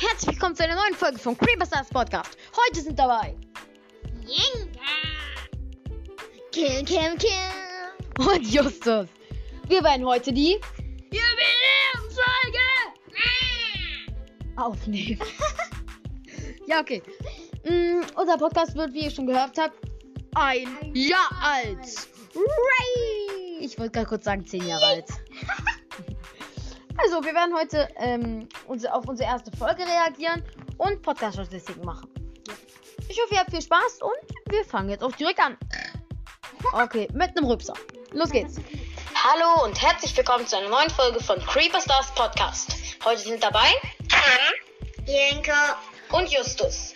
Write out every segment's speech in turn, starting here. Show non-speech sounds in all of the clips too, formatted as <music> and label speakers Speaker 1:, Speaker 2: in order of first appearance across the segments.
Speaker 1: herzlich willkommen zu einer neuen Folge von Creeper Stars Podcast. Heute sind dabei
Speaker 2: Jenga! Kill, kill, kill!
Speaker 1: und Justus. Wir werden heute die
Speaker 2: Jubiläumsfolge! <laughs>
Speaker 1: Ah. aufnehmen. ja, okay. Mm, unser Podcast wird, wie ihr schon gehört habt, ein
Speaker 2: Ein
Speaker 1: Jahr
Speaker 2: Jahr
Speaker 1: alt. Hooray! Ich wollte gerade kurz sagen, zehn Jahre alt. <laughs> Also, wir werden heute ähm, unsere- auf unsere erste Folge reagieren und Podcast-Statistiken machen. Ich hoffe, ihr habt viel Spaß und wir fangen jetzt auch direkt an. Okay, mit einem Rübser. Los geht's. Hallo und herzlich willkommen zu einer neuen Folge von Creeper Stars Podcast. Heute sind dabei
Speaker 2: Jenga!
Speaker 1: und Justus.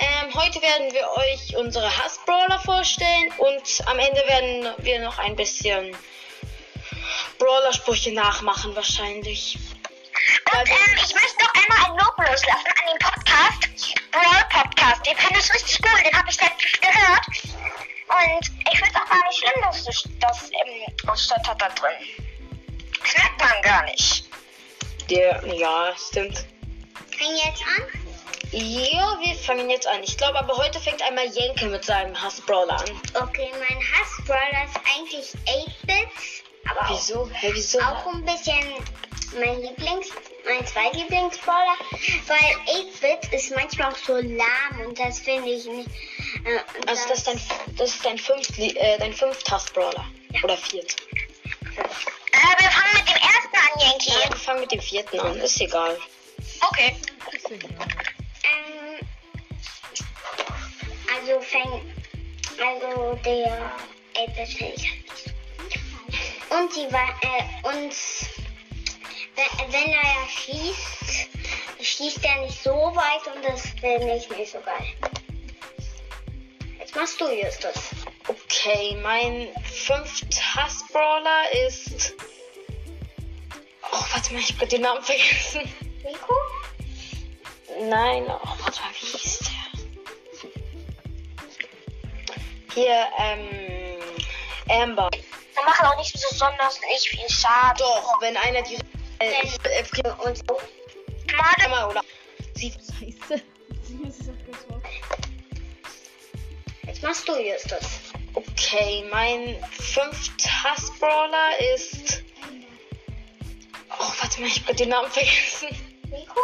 Speaker 1: Ähm, heute werden wir euch unsere Hassbrawler vorstellen und am Ende werden wir noch ein bisschen Brawler-Sprüche nachmachen wahrscheinlich.
Speaker 3: Und ähm, ich möchte noch einmal ein Lob loslassen an den Podcast, Brawl Podcast. Den finde ich richtig cool, den habe ich letztens gehört. Und ich finde es auch gar nicht schlimm, dass du das ähm, statt hat da drin. Das merkt man gar nicht.
Speaker 4: Der, ja, stimmt.
Speaker 2: Fang jetzt an.
Speaker 4: Ja, wir fangen jetzt an. Ich glaube aber heute fängt einmal Jenke mit seinem Hassbrawler an.
Speaker 2: Okay, mein Hassbrawler ist eigentlich 8-Bits, aber auch,
Speaker 4: Wieso? Hä, wieso?
Speaker 2: auch ein bisschen mein Lieblings-, mein zweitlieblingsbrawler, weil 8-Bit ist manchmal auch so lahm und das finde ich nicht. äh,
Speaker 4: Also das ist dein, das ist dein fünft, äh, dein fünft Hassbrawler. Oder viert.
Speaker 3: Äh, wir fangen mit dem ersten an,
Speaker 4: Ja,
Speaker 3: Yankee.
Speaker 4: wir fangen mit dem vierten an. Ist egal.
Speaker 3: Okay.
Speaker 2: Ähm, also fängt. Also der Elbis finde ich halt nicht so. Und die war. Äh, und. Wenn, wenn er schießt, schießt er nicht so weit und das finde ich nicht so geil. Jetzt machst du, Justus.
Speaker 4: Okay, mein fünft Hassbrawler ist. Oh, warte mal, ich hab grad den Namen vergessen.
Speaker 2: Rico?
Speaker 4: Nein, oh, warte mal, wie hieß der? Hier, ähm. Amber.
Speaker 3: Wir machen auch nicht so besonders nicht viel Schaden.
Speaker 4: Doch, wenn einer die. Äh, ich- äh, und
Speaker 3: Schade.
Speaker 4: Mal, oder? Sie <laughs>
Speaker 1: Scheiße.
Speaker 2: Jetzt machst du, Justus.
Speaker 4: Okay, mein fünft Hassbrawler ist. Oh, warte mal, ich hab grad den Namen vergessen.
Speaker 2: Rico?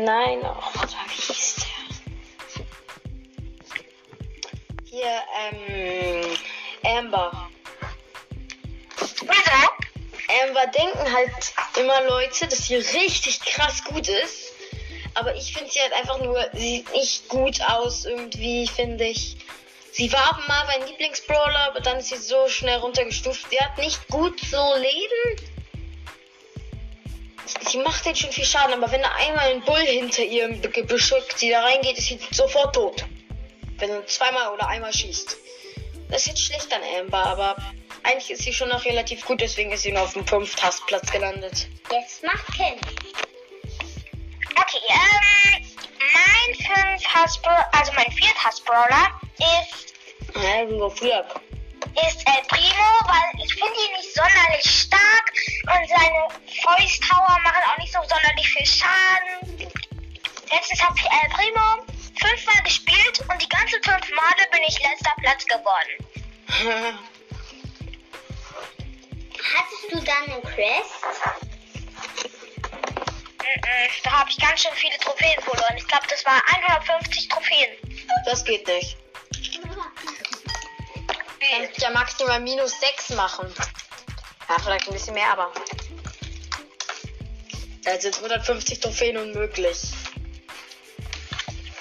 Speaker 4: Nein, oh, warte mal, wie hieß der? Hier, ähm. Amber.
Speaker 3: Wieso?
Speaker 4: Amber denken halt immer Leute, dass sie richtig krass gut ist. Aber ich finde sie halt einfach nur, sie sieht nicht gut aus irgendwie, finde ich. Sie war mal mein Lieblingsbrawler, aber dann ist sie so schnell runtergestuft. Sie hat nicht gut so Leben. Sie macht jetzt schon viel Schaden, aber wenn da einmal ein Bull hinter ihr be- beschückt, sie da reingeht, ist sie sofort tot. Wenn er zweimal oder einmal schießt. Das ist jetzt schlecht an Amber, aber eigentlich ist sie schon noch relativ gut, deswegen ist sie nur auf dem 5. Hassplatz gelandet.
Speaker 2: Jetzt macht Ken.
Speaker 3: Okay, ähm, mein fünf Hasbro- also mein viert Hasbrawler ist
Speaker 4: Ja, irgendwo früher.
Speaker 3: ist El Primo, weil ich finde ihn nicht sonderlich stark und seine Fäusthauer machen auch nicht so sonderlich viel Schaden. Letztens habe ich El Primo fünfmal gespielt und die ganzen fünf Male bin ich letzter Platz geworden.
Speaker 2: Hattest du dann einen Crest?
Speaker 3: Mhm, Da habe ich ganz schön viele Trophäen verloren. Ich glaube, das waren 150 Trophäen.
Speaker 4: <laughs> Das geht nicht. Dann kann ich ja maximal minus 6 machen. Ja, vielleicht ein bisschen mehr, aber. Da sind 150 Trophäen unmöglich.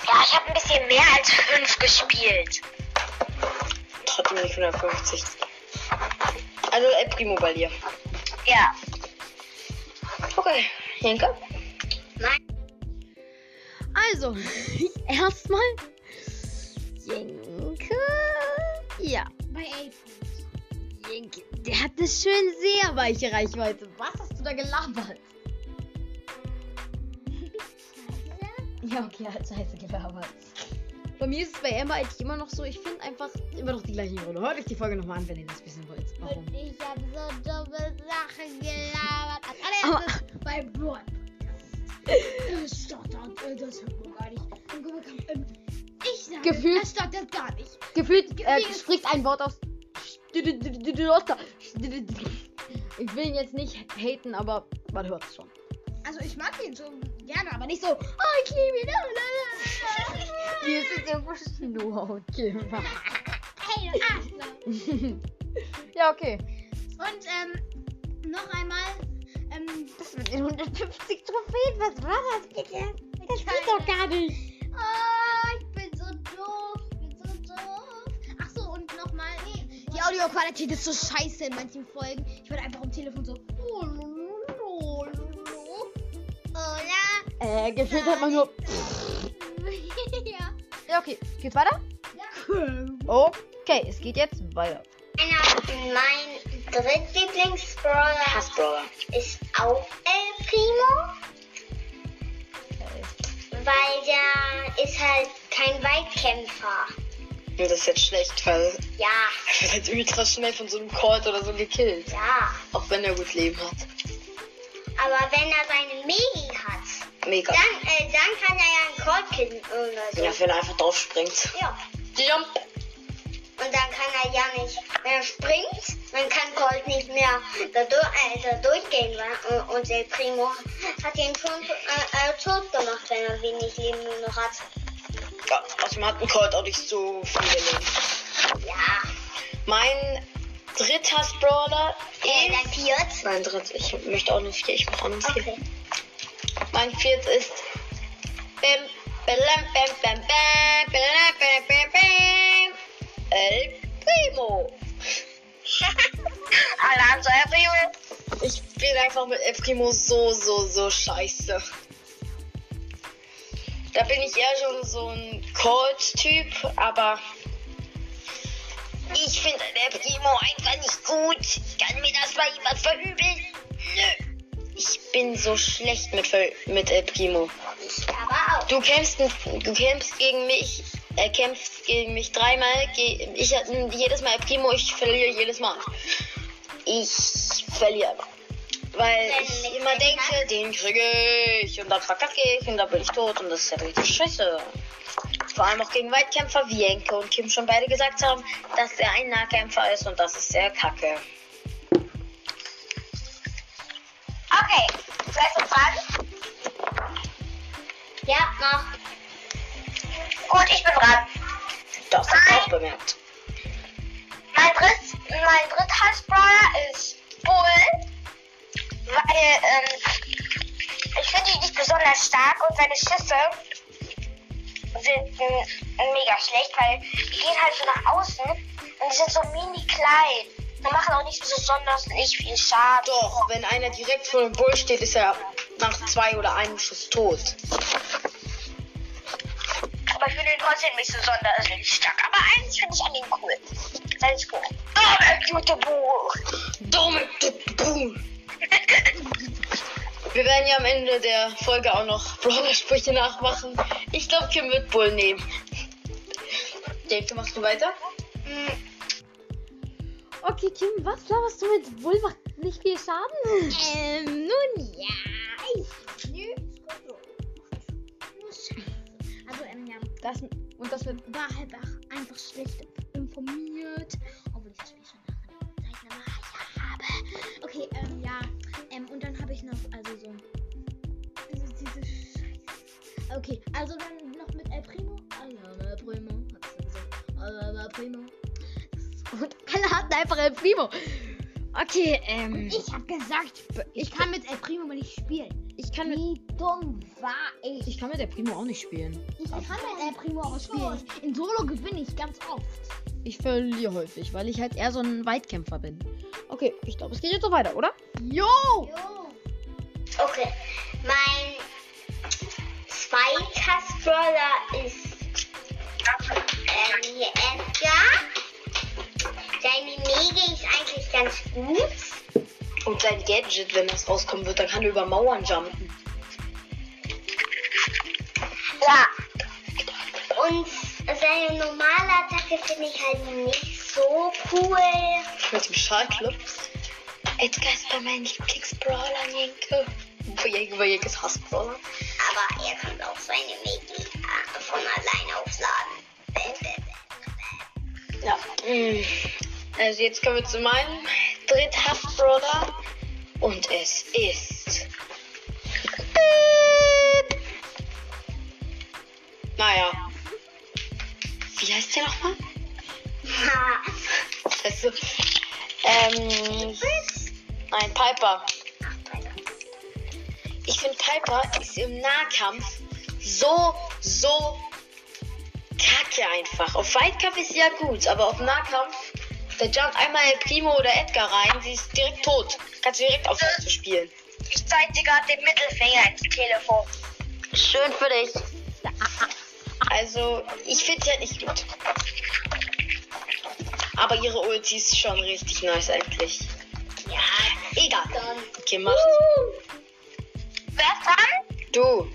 Speaker 3: Ja, ich habe ein bisschen mehr als fünf gespielt.
Speaker 4: Trotzdem nicht 150. Also El Primo bei dir.
Speaker 3: Ja.
Speaker 4: Okay. Jenke?
Speaker 1: Also, erstmal Jenke. Ja. Bei Jenke, der hat eine schön sehr weiche Reichweite. Was hast du da gelabert? Ja, okay, er hat scheiße gelabert. Bei mir ist es bei Emma eigentlich immer noch so, ich finde einfach immer noch die gleichen Gründe. Hört euch die Folge nochmal an, wenn ihr das wissen wollt. Warum?
Speaker 2: Ich habe so dumme Sachen gelabert. Als
Speaker 1: allererstes
Speaker 2: bei Broad.
Speaker 5: Das stottert, äh, das hört man gar nicht. Und guck mal, ähm, Ich sage,
Speaker 1: Gefühlt-
Speaker 5: das stottert gar nicht.
Speaker 1: Gefühlt äh,
Speaker 5: Gefühlt-
Speaker 1: spricht ein Wort aus. Ich will ihn jetzt nicht haten, aber man hört es schon.
Speaker 5: Also ich mag ihn so gerne, aber nicht so, oh, ich liebe ihn. Oh, la, la, la.
Speaker 3: <laughs>
Speaker 1: Dieses irgendwo Schnurhaut gemacht.
Speaker 5: Hey, du Arschloch.
Speaker 1: Ja, okay.
Speaker 5: Und ähm, noch einmal, ähm,
Speaker 1: Das mit den 150 Trophäen, was war das bitte? Das geht
Speaker 5: Keine.
Speaker 1: doch gar nicht.
Speaker 5: oh, ich bin so doof, ich bin so doof. Ach so, und nochmal, die Audioqualität ist so scheiße in manchen Folgen. Ich werde einfach am Telefon so, oh, lolololo, Oh, hola.
Speaker 1: Äh, gefühlt hat man nur.
Speaker 5: <laughs> ja.
Speaker 1: Ja, okay. Geht's weiter? Okay, es geht jetzt weiter.
Speaker 2: Einer, mein Drittlieblingsbrawler
Speaker 4: Hassbrawler.
Speaker 2: ist auch El Primo. Weil der ist halt kein Weitkämpfer.
Speaker 4: Das ist jetzt schlecht, weil
Speaker 2: Ja,
Speaker 4: er wird jetzt ultra schnell von so einem Colt oder so gekillt.
Speaker 2: ja.
Speaker 4: Auch wenn er gut Leben hat.
Speaker 2: Aber wenn er seine Megi hat,
Speaker 4: Mega.
Speaker 2: dann, äh, dann kann er ja einen Colt killen oder so.
Speaker 4: Ja, wenn er einfach drauf springt.
Speaker 2: ja.
Speaker 4: Jump.
Speaker 2: Und dann kann er ja nicht, wenn er springt, dann kann Colt nicht mehr da, du- äh, da durchgehen. Weil, äh, und der Primo hat ihn schon äh, äh, tot gemacht, wenn er wenig Leben nur noch hat.
Speaker 4: Ja, außerdem hat ein Colt auch nicht so viel Leben.
Speaker 2: Ja,
Speaker 4: Mein dritter Brawler
Speaker 2: äh,
Speaker 4: ist...
Speaker 2: dann Piot.
Speaker 4: Mein dritter, ich möchte auch nur vier, ich brauche nur vier.
Speaker 2: Okay.
Speaker 4: Mein viertes ist... Bim, bim, bim, bim, bim, bim, bim, bim, bim, El Primo.
Speaker 3: <laughs> Alonso Abreu.
Speaker 4: Ich bin einfach mit El Primo so, so, so scheiße. Da bin ich eher schon so ein Cold-Typ, aber ich finde El Primo einfach nicht gut. Ich kann mir das mal jemand verübeln. Nö. Ich bin so schlecht mit, Ver- mit El Primo.
Speaker 2: Ich aber auch.
Speaker 4: Du kämpfst, du kämpfst gegen mich, er kämpft gegen mich dreimal. ge- Ich jedes Mal El Primo, ich verliere jedes Mal. Ich verliere. Weil
Speaker 2: Wenn
Speaker 4: ich
Speaker 2: nichts
Speaker 4: immer
Speaker 2: mehr
Speaker 4: denke, den kriege ich und dann verkacke ich und dann bin ich tot und das ist ja richtig scheiße. Vor allem auch gegen Weitkämpfer, wie Jenke und Kim schon beide gesagt haben, dass er ein Nahkämpfer ist und das ist sehr kacke.
Speaker 3: Okay, vielleicht noch Fragen?
Speaker 2: Ja, noch.
Speaker 3: Gut, ich bin dran.
Speaker 4: Das hat auch bemerkt.
Speaker 3: Mein dritt, mein Dritthassbrawler ist Bull, weil ähm, ich finde ihn nicht besonders stark und seine Schüsse sind ähm, mega schlecht, weil die gehen halt so nach außen und die sind so mini klein. Die machen auch nicht besonders nicht viel Schaden.
Speaker 4: Doch, wenn einer direkt vor dem Bull steht, ist er nach zwei oder einem Schuss tot.
Speaker 3: Aber ich finde ihn trotzdem nicht so sonderlich stark. Aber eins finde ich an ihm cool. Sein ist cool. Oh, mein Jutebuch.
Speaker 4: Dumme Boom. Wir werden ja am Ende der Folge auch noch Brawler-Sprüche nachmachen. Ich glaube, Kim wird Bull nehmen. Dave, machst du weiter?
Speaker 1: Okay, Kim, was laberst du mit Bull macht nicht viel Schaden?
Speaker 5: Ähm, nun ja, ich nö, also ähm, ja,
Speaker 1: Das, und das mit.
Speaker 5: war halt auch einfach schlecht informiert, obwohl ich das Spiel schon nachgezeichnet habe. Okay, ähm, ja, ähm, und dann habe ich noch, also so, diese, diese Scheiße. Okay, also dann noch mit El Primo, Alaba Primo, hab's ja gesagt, Alaba Primo.
Speaker 1: Und alle hatten einfach El Primo. Okay, ähm.
Speaker 5: Ich hab gesagt, ich kann mit El Primo mal nicht spielen.
Speaker 1: ich kann mit.
Speaker 5: Wie dumm war ich?
Speaker 1: Ich kann mit El Primo auch nicht spielen.
Speaker 5: Ich kann mit El Primo auch spielen. In Solo gewinne ich ganz oft.
Speaker 1: Ich verliere häufig, weil ich halt eher so ein Weitkämpfer bin. Okay, ich glaube, es geht jetzt so weiter, oder? Jo!
Speaker 5: Jo.
Speaker 2: Okay. Mein zweiter Brawler ist ähm, Edgar. Seine Megi ist eigentlich ganz gut.
Speaker 4: Und sein Gadget, wenn das rauskommen wird, dann kann er über Mauern jumpen.
Speaker 2: Ja. Und seine normale Attacke finde ich halt nicht so cool.
Speaker 4: Mit dem Schallclub. Edgar ist bei meinen Lieblingsbrawlern, Jenke. Boyega Boyega ist Hassbrawler.
Speaker 2: Aber er kann auch seine Mädchen äh, von alleine aufladen. Bäm, bäm, bäm,
Speaker 4: Ja. mm. Also jetzt kommen wir zu meinem Dritthaftbrawler. Und es ist. Naja. Wie heißt der nochmal?
Speaker 2: bäm. Ha.
Speaker 4: Das heißt so. Ähm. Nein, Piper. Ich finde Piper ist im Nahkampf so, so kacke einfach. Auf Weitkampf ist sie ja gut, aber auf Nahkampf, da jumpt einmal El Primo oder Edgar rein, sie ist direkt tot. Kannst du direkt aufhören zu spielen.
Speaker 3: Ich zeig dir gerade den Mittelfinger ins Telefon.
Speaker 4: Schön für dich. Also, ich finde sie halt nicht gut. Aber ihre Ulti ist schon richtig nice eigentlich.
Speaker 2: Ja,
Speaker 4: Egal.
Speaker 2: dann.
Speaker 4: Gemacht.
Speaker 3: Wer ist dran?
Speaker 4: Du.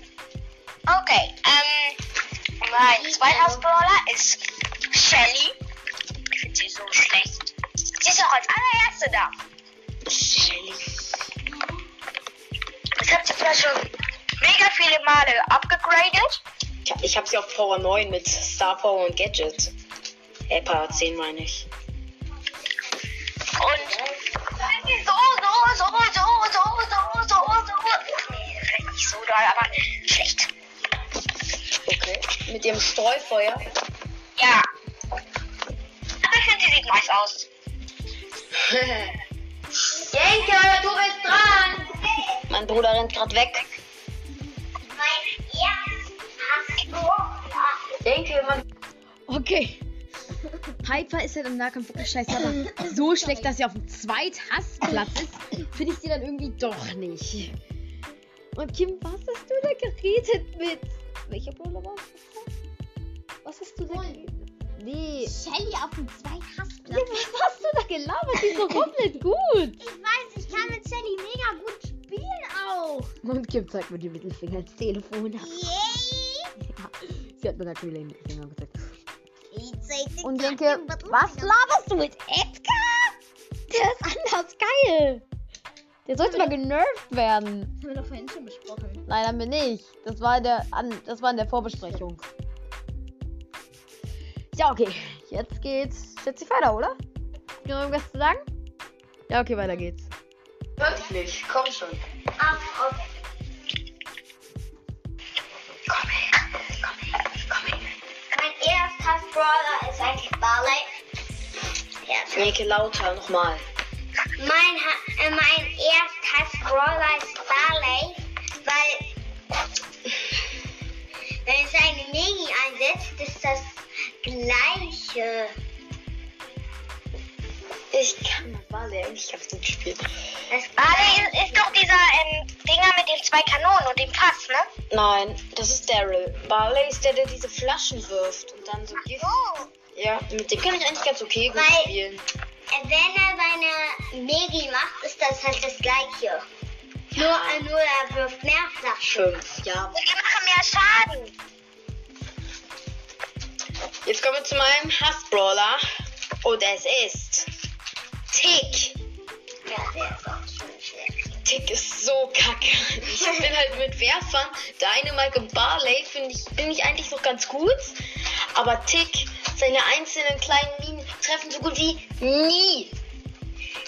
Speaker 3: Okay, ähm, mein zweiter Brawler ist Shelly. Ich finde sie so schlecht. Sie ist auch als allererste da.
Speaker 4: Shelly.
Speaker 3: Ich habe sie zwar schon mega viele Male abgegradet.
Speaker 4: Ich- Ich habe sie auf Power 9 mit Star Power und Gadget. Äh, Power 10 meine ich.
Speaker 3: Und wenn sie so, so, so, so, so, so, so, so. Nee, vielleicht nicht so doll, aber schlecht.
Speaker 4: Okay. Mit ihrem Streufeuer.
Speaker 3: Ja. Aber ich finde, sie sieht nice aus.
Speaker 2: Denke, du bist dran.
Speaker 4: <laughs> mein Bruder rennt gerade weg.
Speaker 2: Mein erster Denke, man
Speaker 1: Okay. Piper ist halt im Nahkampf wirklich scheiße, aber so schlecht, dass sie auf dem Zweithassplatz ist, finde ich sie dann irgendwie doch nicht. Und Kim, was hast du da geredet mit? Welcher Brawler war das? Was hast du da geredet? Nee.
Speaker 5: Shelly auf dem
Speaker 1: Ja,
Speaker 5: Zwei-Hassplatz.
Speaker 1: was hast du da gelabert? Die ist doch überhaupt nicht gut.
Speaker 5: Ich weiß, ich kann mit Shelly mega gut spielen auch.
Speaker 1: Und Kim zeigt mir die Mittelfinger ins Telefon.
Speaker 5: Yay!
Speaker 1: Sie hat mir natürlich den Mittelfinger gezeigt.
Speaker 5: Ich zeig dir
Speaker 1: Und
Speaker 5: grad
Speaker 1: denke,
Speaker 5: den Button.
Speaker 1: was laberst du mit Edgar? Der ist anders geil. Der sollte mal genervt werden.
Speaker 5: Das haben wir doch vorhin schon besprochen.
Speaker 1: Nein, haben wir nicht. Das war, der, an, das war in der Vorbesprechung. Ja, okay. Jetzt geht's. Schätze ich weiter, oder? Habt ihr noch irgendwas zu sagen? Ja, okay, weiter geht's.
Speaker 4: Wirklich, komm schon.
Speaker 2: ab auf
Speaker 3: Komm her, komm her, komm her.
Speaker 2: Mein erster Brawler ist eigentlich Barley. Ja,
Speaker 4: Melke lauter, nochmal.
Speaker 2: mein, Ha- äh, mein erster Brawler ist Barley, weil wenn es eine Mini einsetzt, ist das gleiche.
Speaker 4: Ich kann mit Barley eigentlich ganz gut spielen.
Speaker 2: Das
Speaker 3: Barley Ah, ist, ist doch dieser ähm, Dinger mit den zwei Kanonen und dem Fass, ne?
Speaker 4: Nein, das ist Daryl. Barley ist der, der diese Flaschen wirft und dann so Gift.
Speaker 3: Oh.
Speaker 4: Ja, mit dem kann ich eigentlich ganz okay gut
Speaker 2: Weil-
Speaker 4: spielen.
Speaker 2: Äh, wenn er seine Megi macht, ist das halt das gleiche. Nur, äh, nur er wirft mehr Flaschen.
Speaker 4: Fünf, ja.
Speaker 3: Und die machen mehr Schaden.
Speaker 4: Jetzt kommen wir zu meinem Hassbrawler. Und es ist Tick.
Speaker 2: Ja, der ist auch schon schwer.
Speaker 4: Tick ist so kacke. Ich bin halt mit Werfern, Dynamite und Barley finde ich, bin ich eigentlich noch ganz gut. Aber Tick, seine einzelnen kleinen Minen treffen so gut wie nie.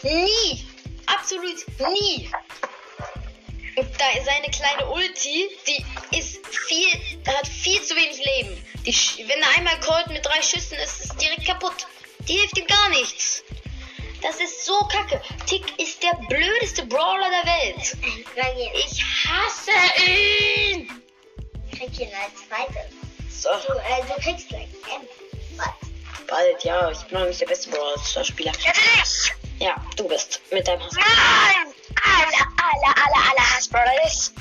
Speaker 4: Nie. Absolut nie. Und da seine kleine Ulti, die ist viel, hat viel zu wenig Leben. Die, sch- wenn er einmal Colt mit drei Schüssen ist, ist direkt kaputt. Die hilft ihm gar nichts. Das ist so kacke. Tick ist der blödeste Brawler der Welt.
Speaker 2: Weil
Speaker 4: Ich hasse ihn.
Speaker 2: ich krieg ihn als zweites.
Speaker 4: So,
Speaker 2: Du, äh, du kriegst gleich M. Was?
Speaker 4: bald, ja, ich bin noch nicht der beste Brawler-Spieler.
Speaker 3: Natürlich.
Speaker 4: Ja, du bist mit deinem Hass.
Speaker 3: Mann. Alle, alle, alle, alle Hassbrothers.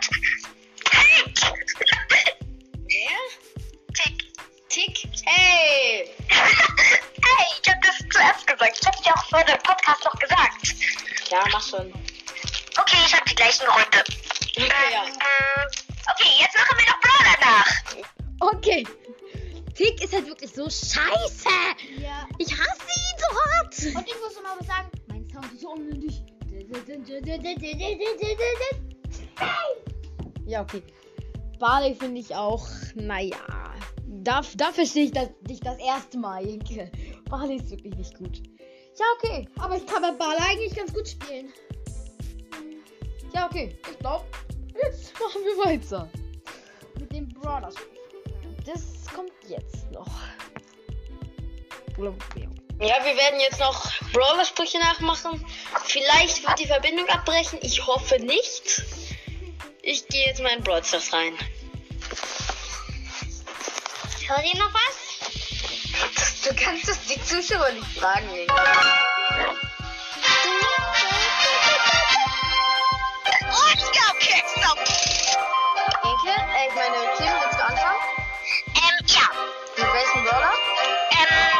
Speaker 3: Tick.
Speaker 4: Wer?
Speaker 3: Tick. <laughs>
Speaker 4: Tick? Hey!
Speaker 3: Ey, ich hab das zuerst gesagt. Ich hab's dir auch vor dem Podcast noch gesagt.
Speaker 4: Ja, mach schon.
Speaker 3: Okay, ich hab die gleichen Runde.
Speaker 4: Okay, ja.
Speaker 3: Ähm, okay, jetzt machen wir noch Brawler nach.
Speaker 1: Okay. Tick ist halt wirklich so scheiße.
Speaker 5: Ja.
Speaker 1: Ich hasse ihn so hart.
Speaker 5: Und ich muss noch mal was sagen. Mein Sound ist so unnötig.
Speaker 1: Ja, okay. Barley finde ich auch, naja. Da, da verstehe ich das, dich das erste Mal, Jinke. Barley ist wirklich nicht gut. Ja, okay.
Speaker 5: Aber ich kann bei Bala eigentlich ganz gut spielen.
Speaker 1: Ja, okay. Ich glaube, jetzt machen wir weiter.
Speaker 5: Mit dem Brawler.
Speaker 1: Das kommt jetzt noch. Oder- ja.
Speaker 4: Ja, wir werden jetzt noch Brawler-Sprüche nachmachen. Vielleicht wird die Verbindung abbrechen. Ich hoffe nicht. Ich gehe jetzt mal in Brawl Stars rein.
Speaker 2: Hört ihr noch was?
Speaker 4: Du kannst das die Zuschauer nicht fragen. Link.
Speaker 3: Let's go, kids! So,
Speaker 4: Inke, äh, ich meine, Kim, willst du anfangen?
Speaker 3: ähm, ja.
Speaker 4: Mit welchem Brawler?
Speaker 3: Ähm,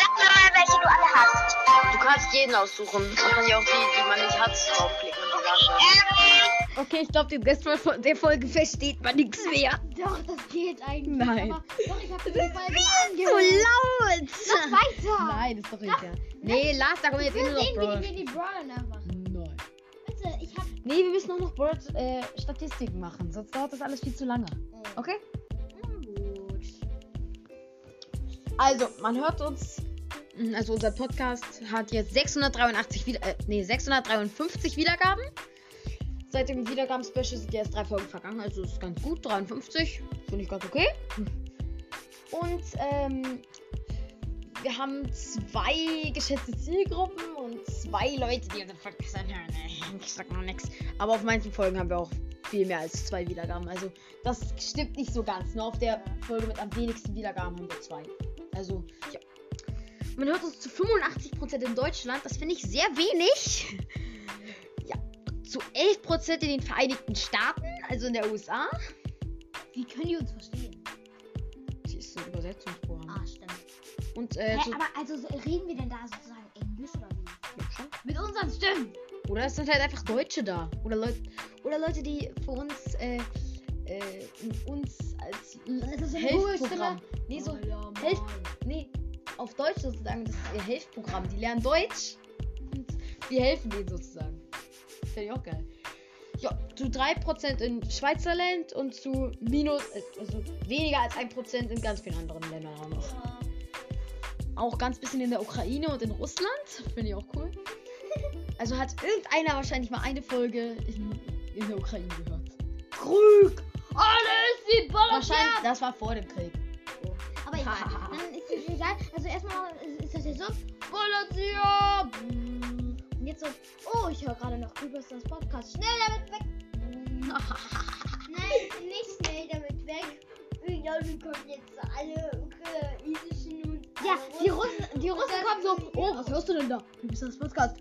Speaker 3: sag mir mal, welche du alle hast.
Speaker 4: Du kannst jeden aussuchen. Man kann ja auch die, die man nicht hat, draufklicken und die sagen.
Speaker 3: Ähm,
Speaker 1: Okay, ich glaube, den Rest von der Folge versteht man nichts mehr.
Speaker 5: Doch, das geht eigentlich.
Speaker 1: Nein.
Speaker 5: Aber, doch, <laughs> ich hab die Folge
Speaker 1: So
Speaker 5: angehört.
Speaker 1: laut!
Speaker 5: Weiter.
Speaker 1: Nein, das ist doch egal. Nee, Lars, da kommt
Speaker 5: Ich
Speaker 1: jetzt
Speaker 5: will
Speaker 1: eh nur noch
Speaker 5: sehen, wie
Speaker 1: Brawl.
Speaker 5: die gegen die Brawler nachmachen.
Speaker 1: Nein.
Speaker 5: Bitte, ich hab...
Speaker 1: Nee, wir müssen auch noch Brawl äh, Statistiken machen, sonst dauert das alles viel zu lange. Okay? Also, man hört uns. mh, Also unser Podcast hat jetzt 683 wieder, äh, nee, 653 Wiedergaben. Seit dem Wiedergaben-Special sind ja erst drei Folgen vergangen, also ist ganz gut. 53, finde ich ganz okay. Und ähm, wir haben zwei geschätzte Zielgruppen und zwei Leute, die unseren Podcast anhören. Äh, Ich sag noch nichts. Aber auf manchen Folgen haben wir auch viel mehr als zwei Wiedergaben. Also das stimmt nicht so ganz. Nur auf der Folge mit am wenigsten Wiedergaben haben wir zwei. Also, ja. Man hört uns zu 85% in Deutschland. Das finde ich sehr wenig. Ja. Zu 11% in den Vereinigten Staaten, also in der USA.
Speaker 5: Wie können die uns verstehen?
Speaker 1: Das ist ein Übersetzungsprogramm.
Speaker 5: Ah, stimmt.
Speaker 1: Und äh,
Speaker 5: Hä,
Speaker 1: zu,
Speaker 5: aber also so- reden wir denn da sozusagen Englisch oder wie? Mit unseren Stimmen.
Speaker 1: Oder es sind halt einfach Deutsche da. Oder, Leut oder Leute, die für uns, äh, äh, uns als
Speaker 5: Das ist so eine
Speaker 1: Helfprogramm. Nee, so,
Speaker 5: Oh ja,
Speaker 1: Helf-
Speaker 5: Mann.
Speaker 1: nee, auf Deutsch sozusagen, das ist ihr Helfprogramm. Die lernen Deutsch und wir helfen denen sozusagen. Finde ich auch geil. Ja, zu 3% in Schweizerland und zu minus, äh, also weniger als 1% in ganz vielen anderen Ländern auch noch. Auch ganz bisschen in der Ukraine und in Russland. Finde ich auch cool. Also hat irgendeiner wahrscheinlich mal eine Folge in, in der Ukraine gehört. Krieg!
Speaker 5: Alles wie Ballast.
Speaker 1: Wahrscheinlich, das war vor dem Krieg.
Speaker 5: Aber egal. Dann ist es egal. Also erstmal ist- ist das jetzt so. Ballast. Und jetzt so. Oh, ich höre gerade noch übelst das Podcast. Schnell damit <laughs> weg.
Speaker 2: Nein, nicht schnell damit weg. Ja, du kommst jetzt alle ukrainischen und
Speaker 5: Ja, die Russen, die Russen kommen so. Oh, was hörst du denn da? Wie bist das Podcast?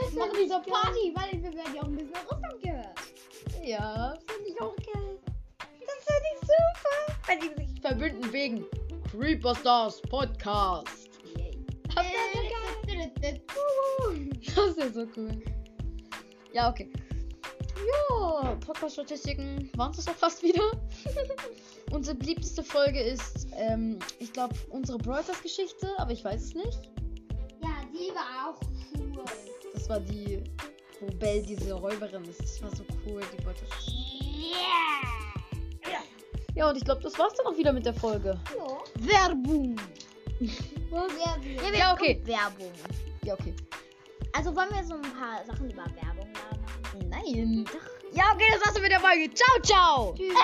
Speaker 5: Das machen die so Party, weil wir werden ja auch ein bisschen nach Russland gehört.
Speaker 1: Ja, finde ich auch geil. Das finde ich super. Wenn die sich verbünden wegen Creeper Stars Podcast. Das ist ja so cool. Ja, okay. Ja, Podcast-Statistiken waren es auch fast wieder. <laughs> unsere beliebteste Folge ist, ähm, ich glaube, unsere Brothers-Geschichte, aber ich weiß es nicht.
Speaker 5: Ja, die war auch cool.
Speaker 1: Das war die, wo Belle diese Räuberin ist. Das war so cool, die wollte. Ja. Ja, und ich glaube, das war's dann auch wieder mit der Folge.
Speaker 5: Werbung.
Speaker 1: Ja, okay.
Speaker 5: Werbung.
Speaker 1: Ja, okay.
Speaker 5: Also wollen wir so ein paar Sachen über Werbung machen?
Speaker 1: Nein. Ja, okay, das war's dann mit der Folge. Ciao, ciao.
Speaker 5: Tschüss.